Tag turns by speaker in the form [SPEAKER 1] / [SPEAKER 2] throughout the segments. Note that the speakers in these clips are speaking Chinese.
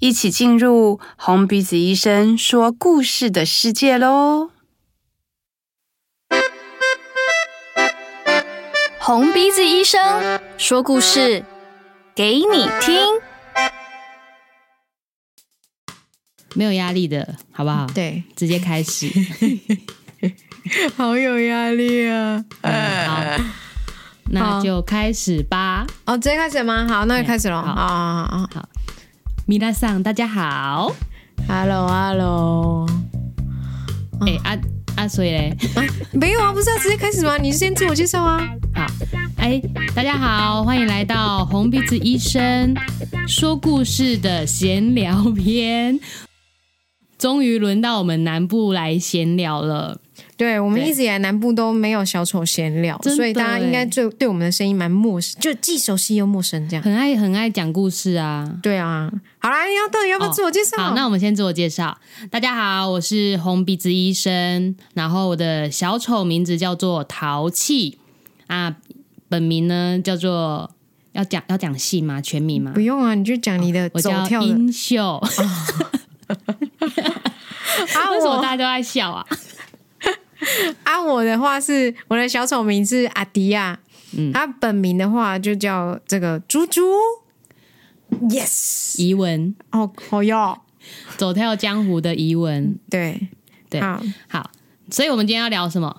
[SPEAKER 1] 一起进入红鼻子医生说故事的世界喽！
[SPEAKER 2] 红鼻子医生说故事给你听。
[SPEAKER 3] 没有压力的，好不好？，
[SPEAKER 4] 嗯对，
[SPEAKER 3] 直接开始。哎
[SPEAKER 4] 好有压力啊！
[SPEAKER 3] 嗯好，那就开始吧。
[SPEAKER 4] 哦，直接开始吗？好，那就开始喽。
[SPEAKER 3] 好
[SPEAKER 4] 啊、哦、
[SPEAKER 3] 米拉桑，大家好。
[SPEAKER 4] ，Hello，Hello，
[SPEAKER 3] 哎、啊啊，所以嘞，
[SPEAKER 4] 没有啊，不是啊，直接开始吗？你先自我介绍啊。
[SPEAKER 3] 好，哎、大家好，欢迎来到红鼻子医生说故事的闲聊篇。终于轮到我们南部来闲聊了，
[SPEAKER 4] 对我们
[SPEAKER 3] 对
[SPEAKER 4] 一直以来南部都没有小丑闲聊，
[SPEAKER 3] 真的哎
[SPEAKER 4] 所以大家应该
[SPEAKER 3] 欸
[SPEAKER 4] 对对我们的声音蛮陌生，就既熟悉又陌生这样。
[SPEAKER 3] 很爱很爱讲故事啊。
[SPEAKER 4] 对啊，好啦，你要到底要不要
[SPEAKER 3] 哦
[SPEAKER 4] 自我介绍？
[SPEAKER 3] 好，那我们先自我介绍。大家好，我是红鼻子医生，然后我的小丑名字叫做淘气啊，本名呢叫做要讲要讲戏吗？全名吗
[SPEAKER 4] 不？用啊，你就讲你的
[SPEAKER 3] 哦
[SPEAKER 4] 哦
[SPEAKER 3] 我
[SPEAKER 4] 走
[SPEAKER 3] 叫
[SPEAKER 4] 跳的
[SPEAKER 3] 英 秀，为
[SPEAKER 4] 啊，
[SPEAKER 3] 什么
[SPEAKER 4] 我
[SPEAKER 3] 大家都在笑 啊？
[SPEAKER 4] 啊，我的话是我的小丑名是阿迪亚，
[SPEAKER 3] 嗯
[SPEAKER 4] 他本名的话就叫这个猪猪。Yes，
[SPEAKER 3] 怡文，
[SPEAKER 4] 哦，好哟，
[SPEAKER 3] 走跳江湖的怡文，
[SPEAKER 4] 对
[SPEAKER 3] 对
[SPEAKER 4] 好，
[SPEAKER 3] 好，所以我们今天要聊什么？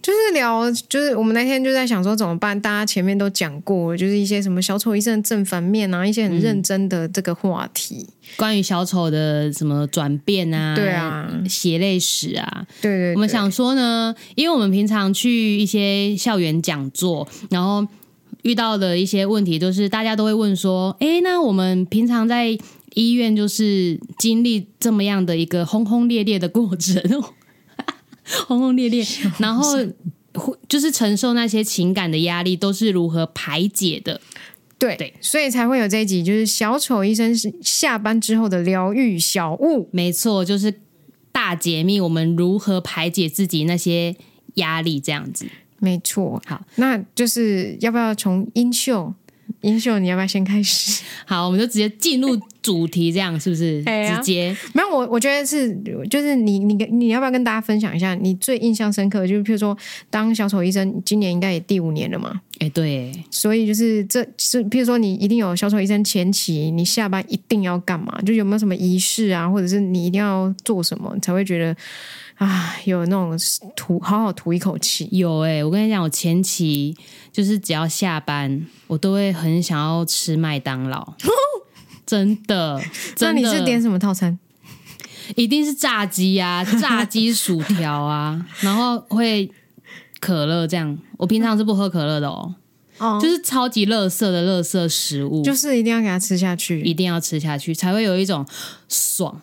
[SPEAKER 4] 就是聊，就是我们那天就在想说怎么办，大家前面都讲过，就是一些什么小丑医生的正反面啊，一
[SPEAKER 3] 嗯
[SPEAKER 4] 些很认真的这个话题。
[SPEAKER 3] 关于小丑的什么转变啊？
[SPEAKER 4] 对啊，
[SPEAKER 3] 血泪史啊，
[SPEAKER 4] 对对对，
[SPEAKER 3] 我们想说呢，因为我们平常去一些校园讲座，然后遇到的一些问题，就是大家都会问说：“诶，那我们平常在医院就是经历这么样的一个轰轰烈烈的过程， 轰轰烈烈，然后就是承受那些情感的压力，都是如何排解的？
[SPEAKER 4] 对
[SPEAKER 3] 对
[SPEAKER 4] 所以才会有这一集，就是小丑医生是下班之后的疗愈小物。
[SPEAKER 3] 没错，就是大解密，我们如何排解自己那些压力，这样子。”
[SPEAKER 4] 没错，
[SPEAKER 3] 好，
[SPEAKER 4] 那就是要不要从英秀？英秀，你要不要先开始？
[SPEAKER 3] 好，我们就直接进入主题，这样是不是？
[SPEAKER 4] 哎呀
[SPEAKER 3] 直接
[SPEAKER 4] 没有，我我觉得是，就是你你跟你要不要跟大家分享一下你最印象深刻的？就是譬如说，当小丑医生今年应该也第五年了嘛，
[SPEAKER 3] 哎、对，
[SPEAKER 4] 所以就是这是，譬如说你一定有小丑医生前期，你下班一定要干嘛？就有没有什么仪式啊，或者是你一定要做什么，你才会觉得啊，有那种吐好好吐一口气？
[SPEAKER 3] 有哎、我跟你讲，我前期就是只要下班，我都会很想要吃麦当 劳，真的，
[SPEAKER 4] 那
[SPEAKER 3] 真的，
[SPEAKER 4] 你是点什么套餐？
[SPEAKER 3] 一定是炸鸡 啊，炸鸡薯条啊，然后会可乐这样。我平常是不喝可乐的哦，
[SPEAKER 4] 哦
[SPEAKER 3] 就是超级垃圾的垃圾食物，
[SPEAKER 4] 就是一定要给他吃下
[SPEAKER 3] 一
[SPEAKER 4] 去。
[SPEAKER 3] 定要吃下去才会有一种爽。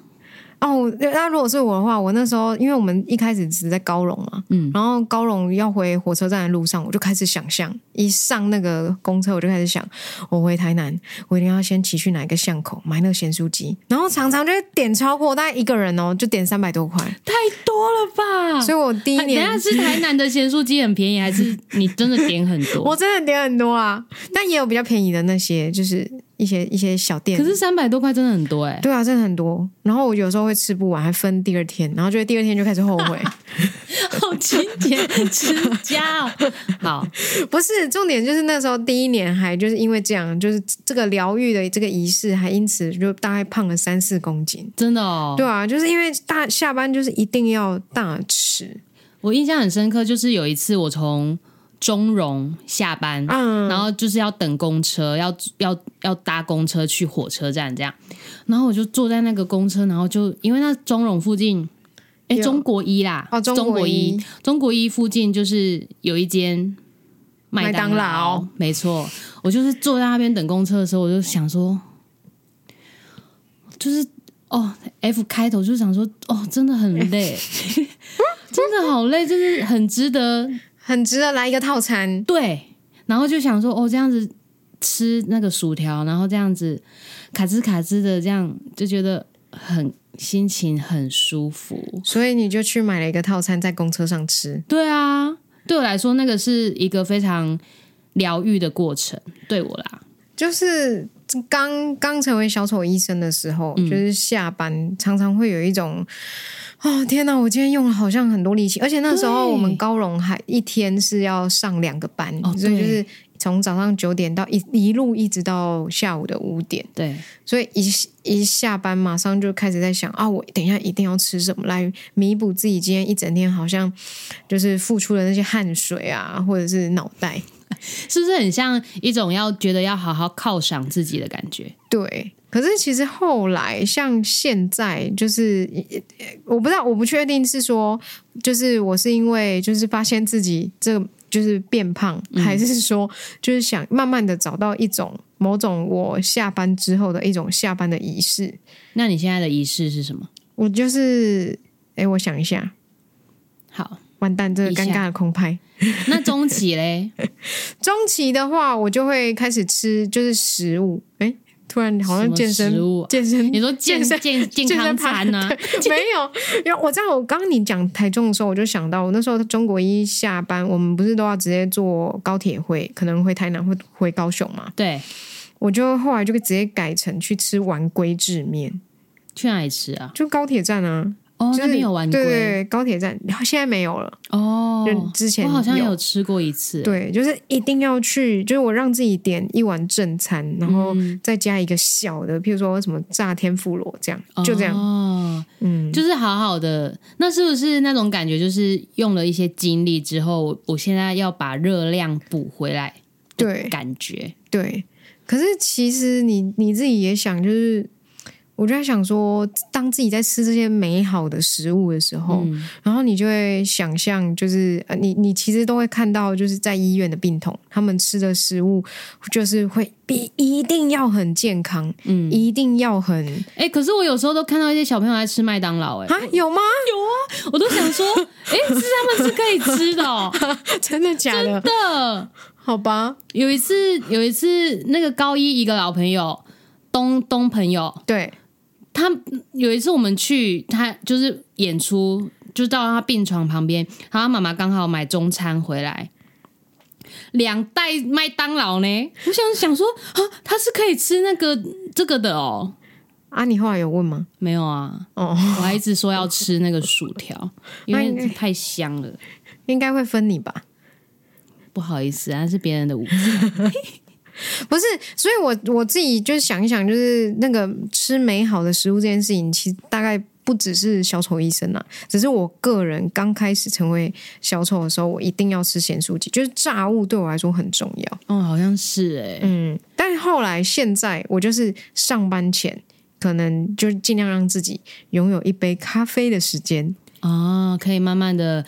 [SPEAKER 4] 哦，那如果是我的话，我那时候因为我们一开始只在高雄嘛，
[SPEAKER 3] 嗯
[SPEAKER 4] 然后高雄要回火车站的路上，我就开始想象，一上那个公车，我就开始想，我回台南，我一定要先骑去哪一个巷口买那个咸酥鸡，然后常常就会点超过大概一个人哦，就点三百多块，
[SPEAKER 3] 太多了吧？
[SPEAKER 4] 所以我第一
[SPEAKER 3] 哦啊等一下
[SPEAKER 4] 年。
[SPEAKER 3] 是台南的咸酥鸡很便宜，还 是你真的点很多？
[SPEAKER 4] 我真的点很多啊，但也有比较便宜的那些，就是一些一些小店。
[SPEAKER 3] 可是三百多块真的很多哎、
[SPEAKER 4] 对啊，真的很多。然后我有时候会吃不完，还分第二天，然后就会第二天就开始后悔。
[SPEAKER 3] 好勤俭持家哦。好，
[SPEAKER 4] 不是重点，就是那时候第一年还就是因为这样，就是这个疗愈的这个仪式，还因此就大概胖了三四公斤。
[SPEAKER 3] 真的哦。
[SPEAKER 4] 对啊，就是因为大下班就是一定要大吃，
[SPEAKER 3] 我印象很深刻，就是有一次我从中荣下班，
[SPEAKER 4] 嗯，
[SPEAKER 3] 然后就是要等公车，要要要搭公车去火车站这样，然后我就坐在那个公车，然后就因为那中荣附近。哎，
[SPEAKER 4] 有
[SPEAKER 3] 中国一啦，
[SPEAKER 4] 哦中国一
[SPEAKER 3] 国一，中国一附近就是有一间麦当
[SPEAKER 4] 麦当劳
[SPEAKER 3] 没错。我就是坐在那边等公车的时候，我就想说，就是哦，F 开头就想说，哦，真的很 累，真的好累，就是很值得
[SPEAKER 4] 很值得来一个套餐。
[SPEAKER 3] 对，然后就想说，哦，这样子吃那个薯条，然后这样子卡吱卡吱的，这样就觉得很心情很舒服。
[SPEAKER 4] 所以你就去买了一个套餐，在公车上吃。
[SPEAKER 3] 对啊，对我来说，那个是一个非常疗愈的过程，对我啦。
[SPEAKER 4] 就是刚刚成为小丑医生的时候，
[SPEAKER 3] 嗯
[SPEAKER 4] 就是下班常常会有一种，哦天哪，我今天用了好像很多力气，而且那时候
[SPEAKER 3] 对
[SPEAKER 4] 我们高荣还一天是要上两个班，
[SPEAKER 3] 哦
[SPEAKER 4] 所以
[SPEAKER 3] 对
[SPEAKER 4] 就是从早上九点到一一路一直到下午的五点，
[SPEAKER 3] 对，
[SPEAKER 4] 所以一一下班马上就开始在想啊，我等一下一定要吃什么来弥补自己今天一整天好像就是付出的那些汗水啊，或者是脑袋。
[SPEAKER 3] 是不是很像一种要觉得要好好犒赏自己的感觉？
[SPEAKER 4] 对，可是其实后来像现在，就是呃我不知道，我不确定是说，就是我是因为就是发现自己这个就是变胖，还是说就是想慢慢的找到一种某种我下班之后的一种下班的仪式。
[SPEAKER 3] 那你现在的仪式是什么？
[SPEAKER 4] 我就是，哎，我想一下，
[SPEAKER 3] 好，
[SPEAKER 4] 完蛋，这个
[SPEAKER 3] 一下
[SPEAKER 4] 尴尬的空拍。
[SPEAKER 3] 那中期嘞？
[SPEAKER 4] 中期的话，我就会开始吃就是食物，哎。突然好
[SPEAKER 3] 什
[SPEAKER 4] 像
[SPEAKER 3] 么
[SPEAKER 4] 健身
[SPEAKER 3] 食物啊
[SPEAKER 4] 健身
[SPEAKER 3] 你说健
[SPEAKER 4] 健身
[SPEAKER 3] 健 健康餐啊？
[SPEAKER 4] 没有，因为我知道我刚刚你讲台中的时候，我就想到我那时候中国一下班，我们不是都要直接坐高铁回，可能回台南或回高雄嘛？
[SPEAKER 3] 对，
[SPEAKER 4] 我就后来就直接改成去吃丸龟制面，
[SPEAKER 3] 去哪里吃啊？
[SPEAKER 4] 就高铁站啊，
[SPEAKER 3] 哦，
[SPEAKER 4] 就是
[SPEAKER 3] 那边有玩
[SPEAKER 4] 对
[SPEAKER 3] 龟
[SPEAKER 4] 对对，高铁站现在没有了。
[SPEAKER 3] 哦
[SPEAKER 4] 就。之前
[SPEAKER 3] 我好像
[SPEAKER 4] 有
[SPEAKER 3] 有吃过一次，
[SPEAKER 4] 对，就是一定要去，就是我让自己点一碗正餐，然后
[SPEAKER 3] 嗯
[SPEAKER 4] 再加一个小的，譬如说什么炸天妇罗这样，
[SPEAKER 3] 哦
[SPEAKER 4] 就这样，嗯，
[SPEAKER 3] 就是好好的。那是不是那种感觉？就是用了一些精力之后，我我现在要把热量补回来，
[SPEAKER 4] 对，
[SPEAKER 3] 感觉
[SPEAKER 4] 对，可是其实你你自己也想，就是我就在想说，当自己在吃这些美好的食物的时候，
[SPEAKER 3] 嗯
[SPEAKER 4] 然后你就会想象，就是呃，你你其实都会看到，就是在医院的病童，他们吃的食物就是会必一定要很健康，
[SPEAKER 3] 嗯，
[SPEAKER 4] 一定要很
[SPEAKER 3] 哎、可是我有时候都看到一些小朋友在吃麦当劳、
[SPEAKER 4] 啊
[SPEAKER 3] 哎，，
[SPEAKER 4] 有啊吗？
[SPEAKER 3] 我都想说，哎、是他们是可以吃的、哦，
[SPEAKER 4] 真的假的？
[SPEAKER 3] 的。
[SPEAKER 4] 好吧，
[SPEAKER 3] 有一次，有一次，那个高一一个老朋友，东东朋友，
[SPEAKER 4] 对，
[SPEAKER 3] 他有一次我们去，他就是演出，就到他病床旁边，然后他妈妈刚好买中餐回来，两袋麦当劳呢。我想想说啊，他是可以吃那个这个的哦，
[SPEAKER 4] 啊，你后来有问吗？
[SPEAKER 3] 没有啊，
[SPEAKER 4] 哦，
[SPEAKER 3] 我还一直说要吃那个薯条，因
[SPEAKER 4] 那
[SPEAKER 3] 为
[SPEAKER 4] 你
[SPEAKER 3] 太香了，
[SPEAKER 4] 应该会分你吧。
[SPEAKER 3] 不好意思，那是别人的午餐。
[SPEAKER 4] 不是，所以我我自己就是想一想，就是那个吃美好的食物这件事情，其实大概不只是小丑医生啦，啊只是我个人刚开始成为小丑的时候，我一定要吃咸酥鸡，就是炸物对我来说很重要。
[SPEAKER 3] 哦，好像是哎、
[SPEAKER 4] 嗯，但后来现在我就是上班前，可能就尽量让自己拥有一杯咖啡的时间，
[SPEAKER 3] 哦，可以慢慢的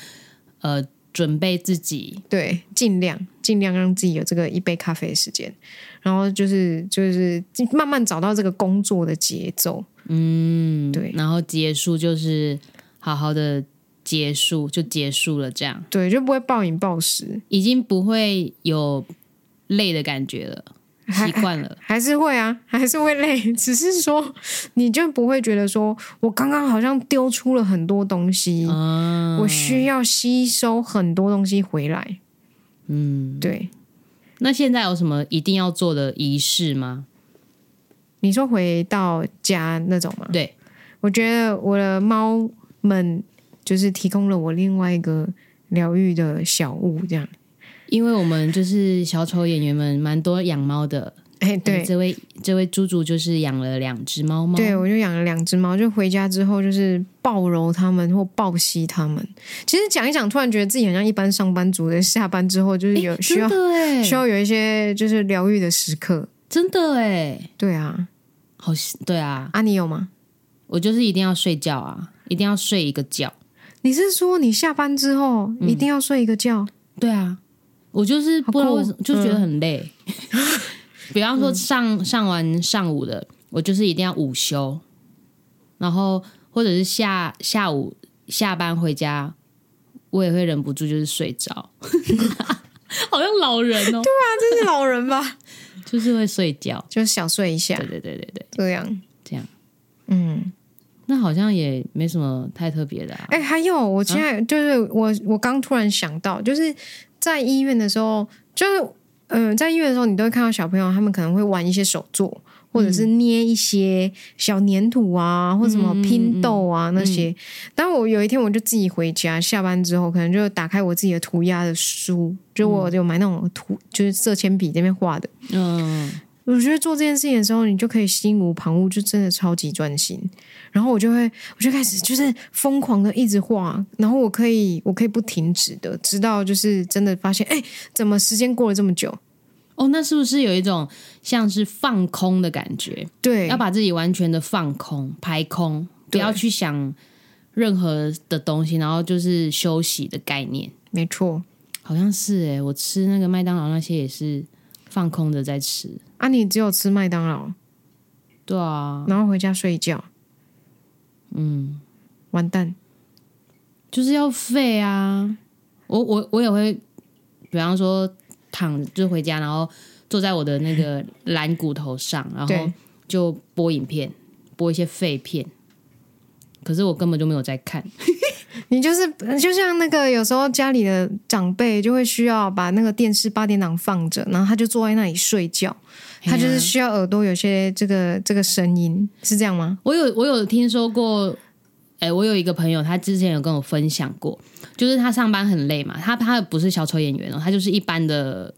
[SPEAKER 3] 呃准备自己，
[SPEAKER 4] 对，尽量尽量让自己有这个一杯咖啡的时间，然后就是就是慢慢找到这个工作的节奏。
[SPEAKER 3] 嗯，
[SPEAKER 4] 对
[SPEAKER 3] 然后结束就是好好的结束，就结束了，这样
[SPEAKER 4] 对，就不会暴饮暴食，
[SPEAKER 3] 已经不会有累的感觉 了，
[SPEAKER 4] 还
[SPEAKER 3] 习惯了。
[SPEAKER 4] 还是会啊， 还是会累，只是说你就不会觉得说我刚刚好像丢出了很多东西，
[SPEAKER 3] 啊，
[SPEAKER 4] 我需要吸收很多东西回来。
[SPEAKER 3] 嗯，
[SPEAKER 4] 对，
[SPEAKER 3] 那现在有什么一定要做的仪式吗？
[SPEAKER 4] 你说回到家那种吗？
[SPEAKER 3] 对，
[SPEAKER 4] 我觉得我的猫们就是提供了我另外一个疗愈的小物，这样。
[SPEAKER 3] 因为我们就是小丑演员们，蛮多养猫的。
[SPEAKER 4] 哎，对，
[SPEAKER 3] 这位这位猪猪就是养了两只猫猫。
[SPEAKER 4] 对，我就养了两只猫，就回家之后就是抱揉它们或抱吸它们。其实讲一讲，突然觉得自己很像一般上班族的，下班之后就是有需要
[SPEAKER 3] 真的哎，
[SPEAKER 4] 需要有一些就是疗愈的时刻。
[SPEAKER 3] 真的哎，
[SPEAKER 4] 对啊，
[SPEAKER 3] 好，对啊，
[SPEAKER 4] 啊，你有吗？
[SPEAKER 3] 我就是一定要睡觉啊，一定要睡一个觉。
[SPEAKER 4] 你是说你下班之后一定要睡一个觉？
[SPEAKER 3] 对啊，我就是不知道为什么
[SPEAKER 4] 好酷嗯
[SPEAKER 3] 就觉得很累。 比方说上上完上午的，我就是一定要午休，然后或者是下下午下班回家，我也会忍不住就是睡着， 好像老人哦、
[SPEAKER 4] 这是老人吧？
[SPEAKER 3] 就是会睡觉。
[SPEAKER 4] 就小睡一下
[SPEAKER 3] 对，对对对对，
[SPEAKER 4] 这样
[SPEAKER 3] 这样。
[SPEAKER 4] 嗯，
[SPEAKER 3] 那好像也没什么太特别的、啊。
[SPEAKER 4] 哎、还有，我现在就是我，我刚突然想到，就是在医院的时候，就是嗯、呃在医院的时候，你都会看到小朋友，他们可能会玩一些手作，或者是
[SPEAKER 3] 嗯
[SPEAKER 4] 捏一些小粘土啊，或什么
[SPEAKER 3] 嗯
[SPEAKER 4] 拼豆啊、那些。但我有一天我就自己回家，下班之后可能就打开我自己的涂鸦的书，就我有买那种涂，就是色铅笔这边画的，
[SPEAKER 3] 嗯，
[SPEAKER 4] 我觉得做这件事情的时候，你就可以心无旁骛，就真的超级专心。然后我就会，我就开始就是疯狂的一直画，然后我可以，我可以不停止的，直到就是真的发现，哎，怎么时间过了这么久？
[SPEAKER 3] 哦，那是不是有一种像是放空的感觉？
[SPEAKER 4] 对，
[SPEAKER 3] 要把自己完全的放空、排空，不要去想任何的东西，然后就是休息的概念。
[SPEAKER 4] 没错。
[SPEAKER 3] 好像是诶、我吃那个麦当劳那些也是放空的在吃。
[SPEAKER 4] 啊，你只有吃麦当劳，
[SPEAKER 3] 对啊，
[SPEAKER 4] 然后回家睡觉，
[SPEAKER 3] 嗯，
[SPEAKER 4] 完蛋。
[SPEAKER 3] 就是要废啊！我我我也会，比方说躺就回家，然后坐在我的那个蓝骨头 上，然后
[SPEAKER 4] 对
[SPEAKER 3] 就播影片，播一些废片。可是我根本就没有在看，
[SPEAKER 4] 你就是就像那个有时候家里的长辈就会需要把那个电视八点档放着，然后他就坐在那里睡觉，他
[SPEAKER 3] 哎
[SPEAKER 4] 就是需要耳朵有些这个这个声音，是这样吗？
[SPEAKER 3] 我有我有听说过，哎、我有一个朋友，他之前有跟我分享过，就是他上班很累嘛，他他不是小丑演员哦，他就是一般的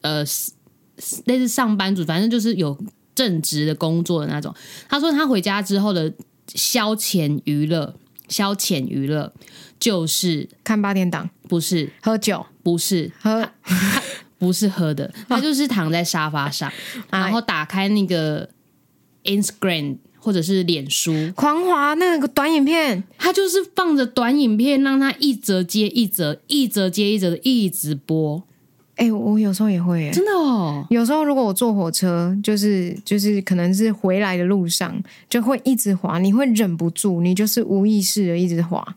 [SPEAKER 3] 呃是是类似上班族，反正就是有正职的工作的那种。他说他回家之后的消遣娱乐，消遣娱乐就是
[SPEAKER 4] 看八点档，
[SPEAKER 3] 不是
[SPEAKER 4] 喝酒，
[SPEAKER 3] 不是
[SPEAKER 4] 喝
[SPEAKER 3] 不是喝的，他就是躺在沙发上，
[SPEAKER 4] 啊
[SPEAKER 3] 然后打开那个 Instagram 或者是脸书。
[SPEAKER 4] 狂滑那个短影片，
[SPEAKER 3] 他就是放着短影片，让他一折接一折，一折接一折的一直播，
[SPEAKER 4] 哎、我有时候也会、耶
[SPEAKER 3] 真的哦。
[SPEAKER 4] 有时候如果我坐火车，就是就是可能是回来的路上，就会一直滑，你会忍不住，你就是无意识的一直滑。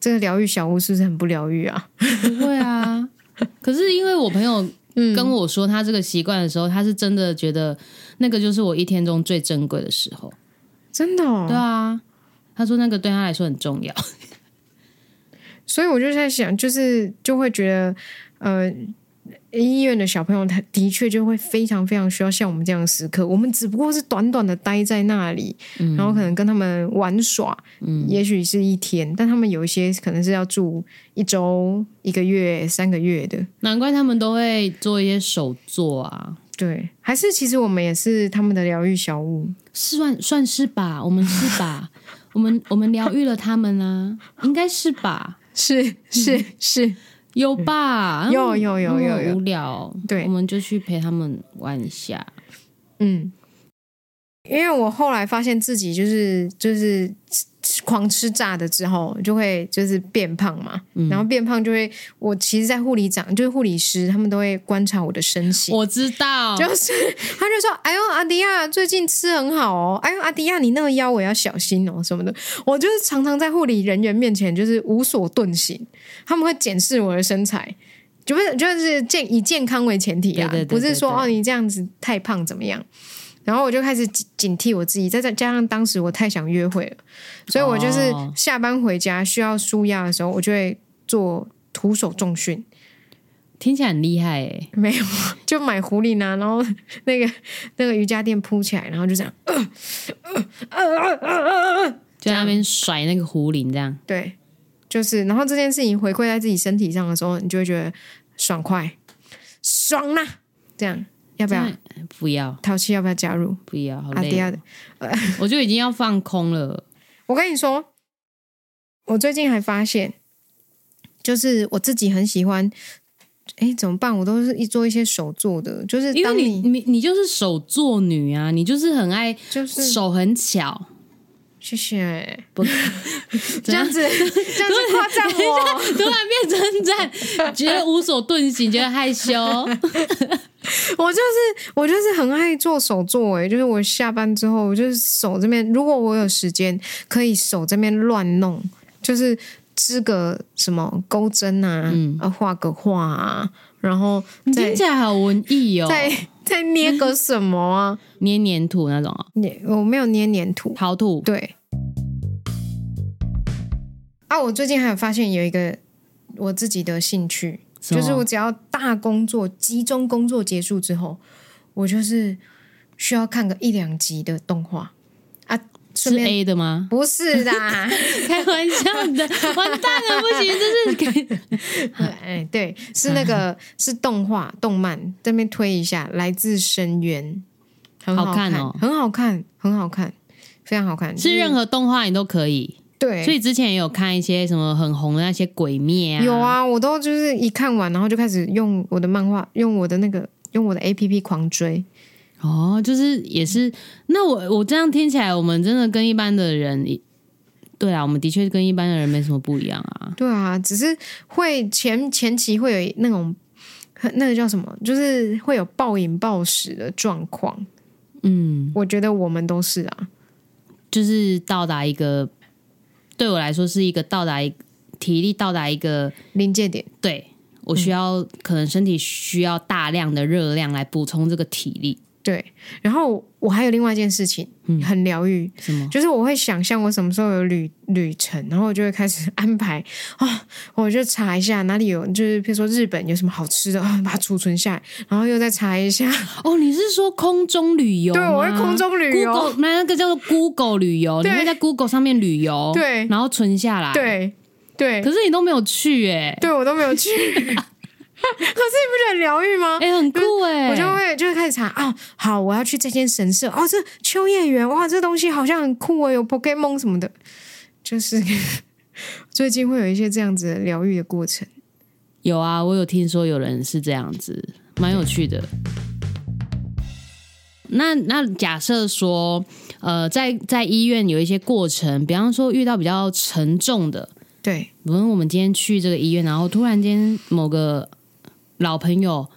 [SPEAKER 4] 这个疗愈小屋是不是很不疗愈啊？
[SPEAKER 3] 不会 啊，可是因为我朋友跟我说他这个习惯的时候，他是真的觉得那个就是我一天中最珍贵的时候。
[SPEAKER 4] 真的、哦，
[SPEAKER 3] 对啊，他说那个对他来说很重 要。
[SPEAKER 4] 所以我就在想，就是就会觉得，呃，医院的小朋友他的确就会非常非常需要像我们这样的时刻。我们只不过是短短的待在那里，然后可能跟他们玩耍，也许是一天，但他们有一些可能是要住一周、一个月、三个月的。
[SPEAKER 3] 难怪他们都会做一些手作啊，
[SPEAKER 4] 对，还是其实我们也是他们的疗愈小物。
[SPEAKER 3] 是算算是吧，我们是 吧，我们我们疗愈了他们啊，应该是吧。
[SPEAKER 4] 是 是是，
[SPEAKER 3] 有吧？
[SPEAKER 4] 嗯有有有
[SPEAKER 3] 他们
[SPEAKER 4] 有
[SPEAKER 3] 很
[SPEAKER 4] 有
[SPEAKER 3] 无聊，
[SPEAKER 4] 对
[SPEAKER 3] 我们就去陪他们玩一下。
[SPEAKER 4] 嗯，因为我后来发现自己就是就是吃狂吃炸的之后，就会就是变胖嘛，然后变胖就会，我其实，在护理长就是护理师，他们都会观察我的身形。
[SPEAKER 3] 我知道，
[SPEAKER 4] 就是， 他就说：“哎呦，阿迪亚最近吃很好哦。哎呦，阿迪亚，你那个腰我要小心哦，什么的。”我就是常常在护理人员面前就是无所遁形，他们会检视我的身材，就不是就是健以健康为前提啊，
[SPEAKER 3] 对对对
[SPEAKER 4] 不是说
[SPEAKER 3] 对对
[SPEAKER 4] 哦你这样子太胖怎么样。然后我就开始警警惕我自己，再再加上当时我太想约会了，所以我就是
[SPEAKER 3] 哦
[SPEAKER 4] 下班回家需要舒压的时候，我就会做徒手重训。
[SPEAKER 3] 听起来很厉害诶、
[SPEAKER 4] 没有，就买狐狸呢，然后那个那个瑜伽垫铺起来，然后就这样，呃呃呃呃呃呃
[SPEAKER 3] 就在那边甩那个壶铃，这样
[SPEAKER 4] 对，就是，然后这件事情回馈在自己身体上的时候，你就会觉得爽快，爽啦、这样要不要？啊
[SPEAKER 3] 不要
[SPEAKER 4] 淘气要不要加入？
[SPEAKER 3] 不要，好
[SPEAKER 4] 阿迪
[SPEAKER 3] 累
[SPEAKER 4] 亚
[SPEAKER 3] 哦，
[SPEAKER 4] 的，
[SPEAKER 3] 我就已经要放空了。
[SPEAKER 4] 我跟你说，我最近还发现，就是我自己很喜欢。哎，怎么办？我都是一做一些手做的，就是
[SPEAKER 3] 因为
[SPEAKER 4] 当
[SPEAKER 3] 你你你就是手作女啊，你就是很爱
[SPEAKER 4] 就是
[SPEAKER 3] 手很巧，
[SPEAKER 4] 谢谢，
[SPEAKER 3] 不
[SPEAKER 4] 这样子这样子夸赞 我，
[SPEAKER 3] 突然变称赞，觉得无所遁形，觉得害羞。
[SPEAKER 4] 我就是我就是很爱做手作、欸，就是我下班之后，我就是手这边，如果我有时间，可以手这边乱弄，就是织个什么钩针啊，
[SPEAKER 3] 嗯
[SPEAKER 4] 啊画个画啊，然后
[SPEAKER 3] 你
[SPEAKER 4] 再
[SPEAKER 3] 听起来好文艺哦，
[SPEAKER 4] 再再捏个什么啊？
[SPEAKER 3] 捏黏土那种哦，
[SPEAKER 4] 捏我没有捏黏土，
[SPEAKER 3] 陶土，
[SPEAKER 4] 对。啊，我最近还有发现有一个我自己的兴趣，
[SPEAKER 3] 什么
[SPEAKER 4] 就是我只要大工作集中工作结束之后，我就是需要看个一两集的动画啊，顺
[SPEAKER 3] 是
[SPEAKER 4] 便
[SPEAKER 3] A 的吗？
[SPEAKER 4] 不是 啦，
[SPEAKER 3] 开玩笑的，完蛋了，不行，这是 给
[SPEAKER 4] 哎，对，是那个
[SPEAKER 3] 嗯
[SPEAKER 4] 是动画动漫，这边推一下，来自深渊，很
[SPEAKER 3] 好
[SPEAKER 4] 好
[SPEAKER 3] 看哦
[SPEAKER 4] 很好看，很好看，非常好看，
[SPEAKER 3] 是任何动画你都可以。
[SPEAKER 4] 对，
[SPEAKER 3] 所以之前也有看一些什么很红的那些鬼灭啊，
[SPEAKER 4] 有，啊，我都就是一看完，然后就开始用我的漫画，用我的那个，用我的 A P P 狂追。
[SPEAKER 3] 哦，就是也是。那我我这样听起来，我们真的跟一般的人，对啊，我们的确跟一般的人没什么不一样啊。
[SPEAKER 4] 对啊，只是会前前期会有那种那个叫什么，就是会有暴饮暴食的状况。
[SPEAKER 3] 嗯，
[SPEAKER 4] 我觉得我们都是啊，
[SPEAKER 3] 就是到达一个，对我来说是一个到达一体力到达一个，
[SPEAKER 4] 临界点。
[SPEAKER 3] 对我需要、可能身体需要大量的热量来补充这个体力。
[SPEAKER 4] 对，然后我还有另外一件事情，
[SPEAKER 3] 嗯
[SPEAKER 4] 很疗愈，
[SPEAKER 3] 什么？
[SPEAKER 4] 就是我会想象我什么时候有旅旅程，然后我就会开始 安排啊、我就查一下哪里有，就是比如说日本有什么好吃的，啊把它储存下来，然后又再查一下。
[SPEAKER 3] 哦，你是说空中旅游吗？
[SPEAKER 4] 对，我会空中旅游。
[SPEAKER 3] Google 那个叫做 Google 旅游，你
[SPEAKER 4] 对
[SPEAKER 3] 会在 Google 上面旅游，
[SPEAKER 4] 对
[SPEAKER 3] 然后存下来，。
[SPEAKER 4] 对对
[SPEAKER 3] 可是你都没有去哎、欸，
[SPEAKER 4] 对，我都没有去。 可是你不觉得很疗愈吗？
[SPEAKER 3] 哎、很酷哎、
[SPEAKER 4] 啊我就会就会开始查啊，好，我要去这间神社哦，这秋叶原哇，这东西好像很酷哦，有 Pokemon 什么的，就是 最近会有一些这样子的疗愈的过程。
[SPEAKER 3] 有啊，我有听说有人是这样子，蛮有趣的。那那假设说，呃，在在医院有一些过程，比方说遇到比较沉重的，
[SPEAKER 4] 对，
[SPEAKER 3] 比如我们今天去这个医院，然后突然间某个老朋友，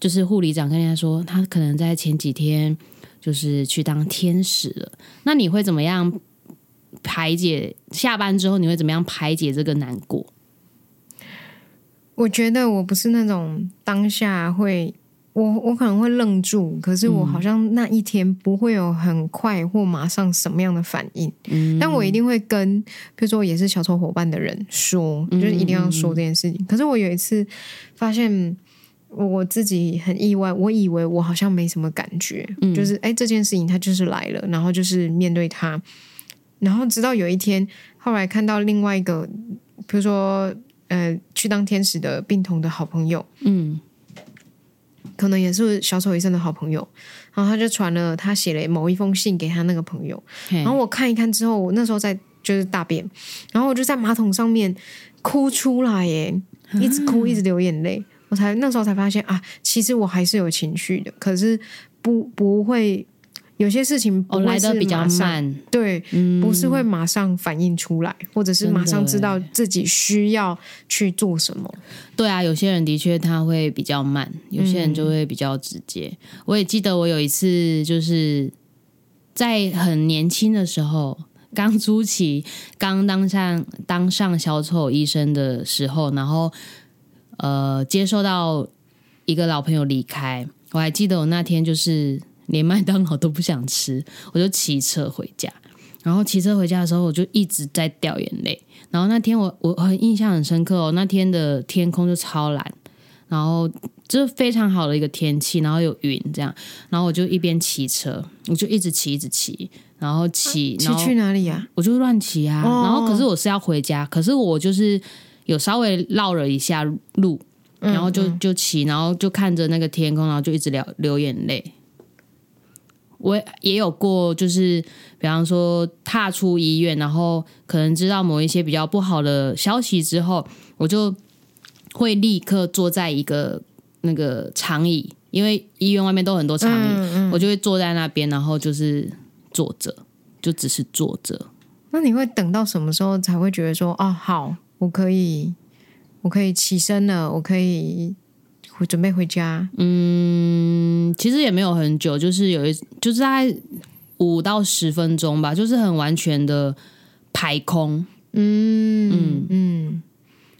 [SPEAKER 3] 就是护理长跟人家说，他可能在前几天就是去当天使了。那你会怎么样排解？下班之后你会怎么样排解这个难过？
[SPEAKER 4] 我觉得我不是那种当下会。我我可能会愣住，可是我好像那一天不会有很快或马上什么样的反应，
[SPEAKER 3] 嗯
[SPEAKER 4] 但我一定会跟，比如说也是小丑伙伴的人说，就是一定要说这件事情。可是我有一次发现我自己很意外，我以为我好像没什么感觉，就是哎这件事情它就是来了，然后就是面对它，然后直到有一天，后来看到另外一个，比如说呃去当天使的病童的好朋友，
[SPEAKER 3] 嗯
[SPEAKER 4] 可能也是小丑医生的好朋友，然后他就传了他写了某一封信给他那个朋友。
[SPEAKER 3] 嘿
[SPEAKER 4] 然后我看一看之后，我那时候在就是大便，然后我就在马桶上面哭出来耶，
[SPEAKER 3] 啊
[SPEAKER 4] 一直哭，一直流眼泪。我才那时候才发现啊，其实我还是有情绪的，可是不不会有些事情不
[SPEAKER 3] 哦
[SPEAKER 4] 会
[SPEAKER 3] 来
[SPEAKER 4] 是
[SPEAKER 3] 的比较
[SPEAKER 4] 马上，
[SPEAKER 3] 慢，
[SPEAKER 4] 对，
[SPEAKER 3] 嗯，
[SPEAKER 4] 不是会马上反应出来，或者是马上知道自己需要去做什么。
[SPEAKER 3] 对啊，有些人的确他会比较慢，有些人就会比较直接。我也记得我有一次就是在很年轻的时候，刚初期，刚当上当上小丑医生的时候，然后呃，接受到一个老朋友离开，我还记得我那天就是连麦当劳都不想吃，我就骑车回家。然后骑车回家的时候，我就一直在掉眼泪。然后那天我我很印象很深刻哦，那天的天空就超蓝，然后就是非常好的一个天气，然后有云这样，然后我就一边骑车，我就一直骑一直骑，然后骑，
[SPEAKER 4] 啊骑
[SPEAKER 3] 然后
[SPEAKER 4] 去哪里呀、
[SPEAKER 3] 我就乱骑啊。
[SPEAKER 4] 哦
[SPEAKER 3] 然后可是我是要回家，可是我就是有稍微绕了一下路，
[SPEAKER 4] 嗯
[SPEAKER 3] 然后就
[SPEAKER 4] 嗯
[SPEAKER 3] 就骑，然后就看着那个天空，然后就一直流流眼泪。我也有过，就是比方说踏出医院，然后可能知道某一些比较不好的消息之后，我就会立刻坐在一个那个长椅，因为医院外面都很多长椅，
[SPEAKER 4] 嗯嗯，
[SPEAKER 3] 我就会坐在那边，然后就是坐着，就只是坐着。
[SPEAKER 4] 那你会等到什么时候才会啊觉得说，哦，好，我可以，我可以起身了，我可以回准备回家？
[SPEAKER 3] 嗯，其实也没有很久，就是有一就是大概五到十分钟吧，就是很完全的排空，
[SPEAKER 4] 嗯嗯嗯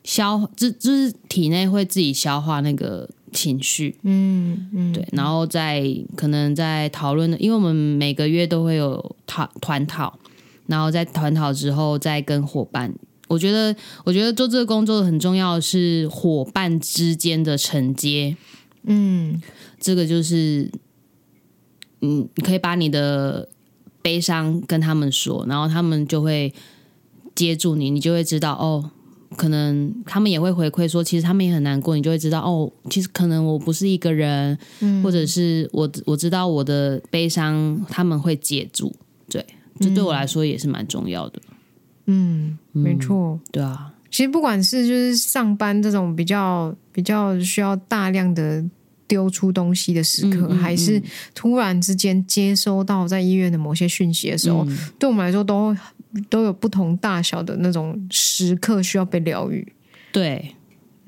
[SPEAKER 3] 消就就是体内会自己消化那个情绪，
[SPEAKER 4] 嗯嗯，
[SPEAKER 3] 对，然后再可能在讨论的，因为我们每个月都会有讨团讨，然后在团讨之后再跟伙伴。我觉得，我觉得做这个工作很重要的是伙伴之间的承接，
[SPEAKER 4] 嗯
[SPEAKER 3] 这个就是，嗯，你可以把你的悲伤跟他们说，然后他们就会接住你，你就会知道哦，可能他们也会回馈说，其实他们也很难过，你就会知道哦，其实可能我不是一个人，
[SPEAKER 4] 嗯
[SPEAKER 3] 或者是我我知道我的悲伤他们会接住，对，这对我来说也是蛮重要的，
[SPEAKER 4] 嗯，没错。
[SPEAKER 3] 对啊，
[SPEAKER 4] 其实不管是就是上班这种比较比较需要大量的丢出东西的时刻，
[SPEAKER 3] 嗯嗯
[SPEAKER 4] 还是突然之间接收到在医院的某些讯息的时候，
[SPEAKER 3] 嗯
[SPEAKER 4] 对我们来说都都有不同大小的那种时刻需要被疗愈。
[SPEAKER 3] 对。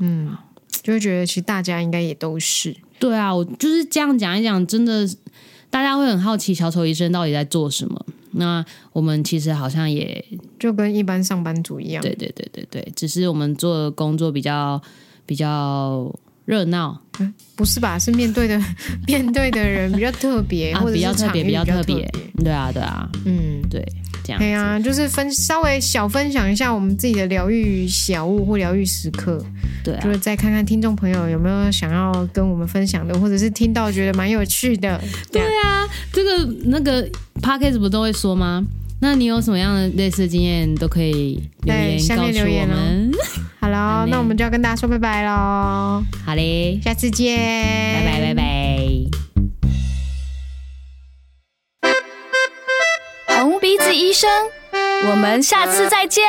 [SPEAKER 4] 嗯，就会觉得其实大家应该也都是。
[SPEAKER 3] 对啊，我就是这样讲一讲，真的大家会很好奇小丑医生到底在做什么。那我们其实好像也
[SPEAKER 4] 就跟一般上班族一样，
[SPEAKER 3] 对对对对对，只是我们做的工作比较比较热闹，
[SPEAKER 4] 不是吧？是面对的 面对的人比较特别，
[SPEAKER 3] 啊
[SPEAKER 4] 或者
[SPEAKER 3] 比较
[SPEAKER 4] 是
[SPEAKER 3] 特
[SPEAKER 4] 场
[SPEAKER 3] 别
[SPEAKER 4] 域
[SPEAKER 3] 比较
[SPEAKER 4] 较
[SPEAKER 3] 特
[SPEAKER 4] 特
[SPEAKER 3] 别。对啊对啊，
[SPEAKER 4] 嗯，
[SPEAKER 3] 对这样
[SPEAKER 4] 对
[SPEAKER 3] 子。
[SPEAKER 4] 啊，就是分稍微小分享一下我们自己的疗愈小物或疗愈时刻，
[SPEAKER 3] 对
[SPEAKER 4] 就
[SPEAKER 3] 啊
[SPEAKER 4] 是再看看听众朋友有没有想要跟我们分享的，或者是听到觉得蛮有趣的。对啊，
[SPEAKER 3] 这个那个 p a c k a g e 不都会说吗？那你有什么样的类似的经验，都可以留
[SPEAKER 4] 对
[SPEAKER 3] 言
[SPEAKER 4] 下
[SPEAKER 3] 告
[SPEAKER 4] 面
[SPEAKER 3] 诉
[SPEAKER 4] 留
[SPEAKER 3] 我
[SPEAKER 4] 言哦
[SPEAKER 3] 们。
[SPEAKER 4] 好喽，那我们就要跟大家说拜拜喽，
[SPEAKER 3] 好嘞，
[SPEAKER 4] 下次见，
[SPEAKER 3] 拜拜拜拜。
[SPEAKER 2] 红鼻子医生，我们下次再见。